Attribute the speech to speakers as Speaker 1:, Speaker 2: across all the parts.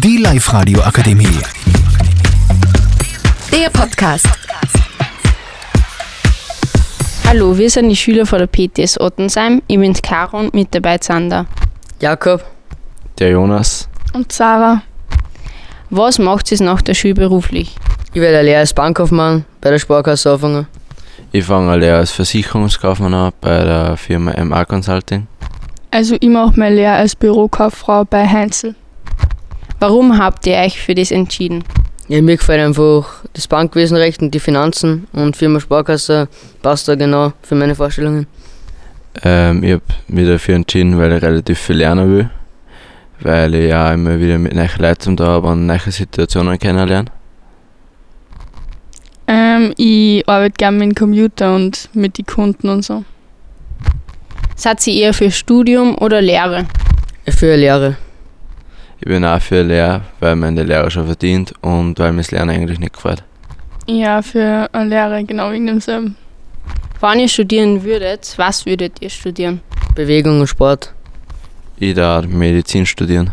Speaker 1: Live radio akademie
Speaker 2: Der Podcast.
Speaker 3: Hallo, wir sind die Schüler von der PTS Ottensheim. Ich bin Caro und mit dabei Zander.
Speaker 4: Jakob,
Speaker 5: Der Jonas.
Speaker 6: Und Sarah,
Speaker 3: Was macht ihr nach der Schule beruflich?
Speaker 4: ich werde eine Lehre als Bankkaufmann bei der Sparkasse anfangen.
Speaker 5: Ich fange eine Lehre als Versicherungskaufmann an bei der Firma MA Consulting.
Speaker 6: also ich mache meine Lehre als Bürokauffrau bei Heinzel.
Speaker 3: Warum habt ihr euch für das entschieden?
Speaker 4: Ja, mir gefällt einfach das Bankwesen recht und die Finanzen und Firma Sparkasse passt da genau für meine Vorstellungen.
Speaker 5: Ähm, ich habe mich dafür entschieden, weil ich relativ viel lernen will. Weil ich ja immer wieder mit neuen Leuten da habe und neue Situationen kennenlerne.
Speaker 6: Ähm, ich arbeite gerne mit dem Computer und mit den Kunden und so.
Speaker 3: Seid ihr eher für Studium oder Lehre?
Speaker 4: Für eine Lehre.
Speaker 5: Ich bin auch für eine Lehre, weil mir die Lehre schon verdient und weil mir das Lernen eigentlich nicht gefällt.
Speaker 6: Ja, für eine Lehre, genau wegen demselben.
Speaker 3: Wenn ihr studieren würdet, was würdet ihr studieren?
Speaker 4: Bewegung und Sport.
Speaker 5: Ich darf Medizin studieren.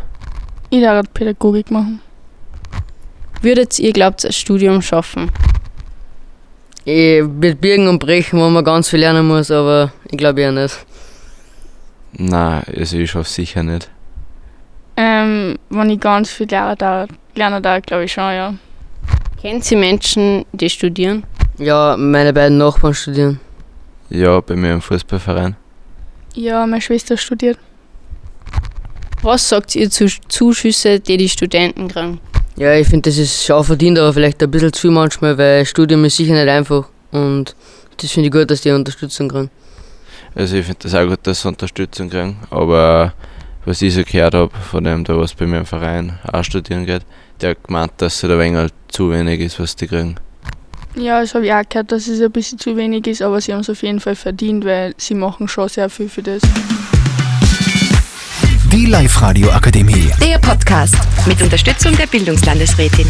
Speaker 6: Ich darf Pädagogik machen.
Speaker 3: Würdet ihr, glaubt, das Studium schaffen?
Speaker 4: Ich wird birgen und brechen, wo man ganz viel lernen muss, aber ich glaube eher nicht.
Speaker 5: Nein, also ich schaffe sicher nicht.
Speaker 6: Ähm, wenn ich ganz viel Lehre da lerne, da glaube ich schon, ja.
Speaker 3: Kennt ihr Menschen, die studieren?
Speaker 4: Ja, meine beiden Nachbarn studieren.
Speaker 5: Ja, bei mir im Fußballverein.
Speaker 6: Ja, meine Schwester studiert.
Speaker 3: Was sagt ihr zu Zuschüsse, die die Studenten kriegen?
Speaker 4: Ja, ich finde, das ist schon verdient, aber vielleicht ein bisschen zu viel manchmal, weil Studium ist sicher nicht einfach und das finde ich gut, dass die Unterstützung kriegen.
Speaker 5: Also ich finde das auch gut, dass sie Unterstützung kriegen, aber was ich so gehört habe von dem, der was bei mir im Verein auch studieren geht, der hat gemeint, dass es da wenig zu wenig ist, was die kriegen.
Speaker 6: Ja, das habe ich auch gehört, dass es ein bisschen zu wenig ist, aber sie haben es auf jeden Fall verdient, weil sie machen schon sehr viel für das.
Speaker 1: Die Live radio akademie
Speaker 2: Der Podcast. Mit Unterstützung der Bildungslandesrätin.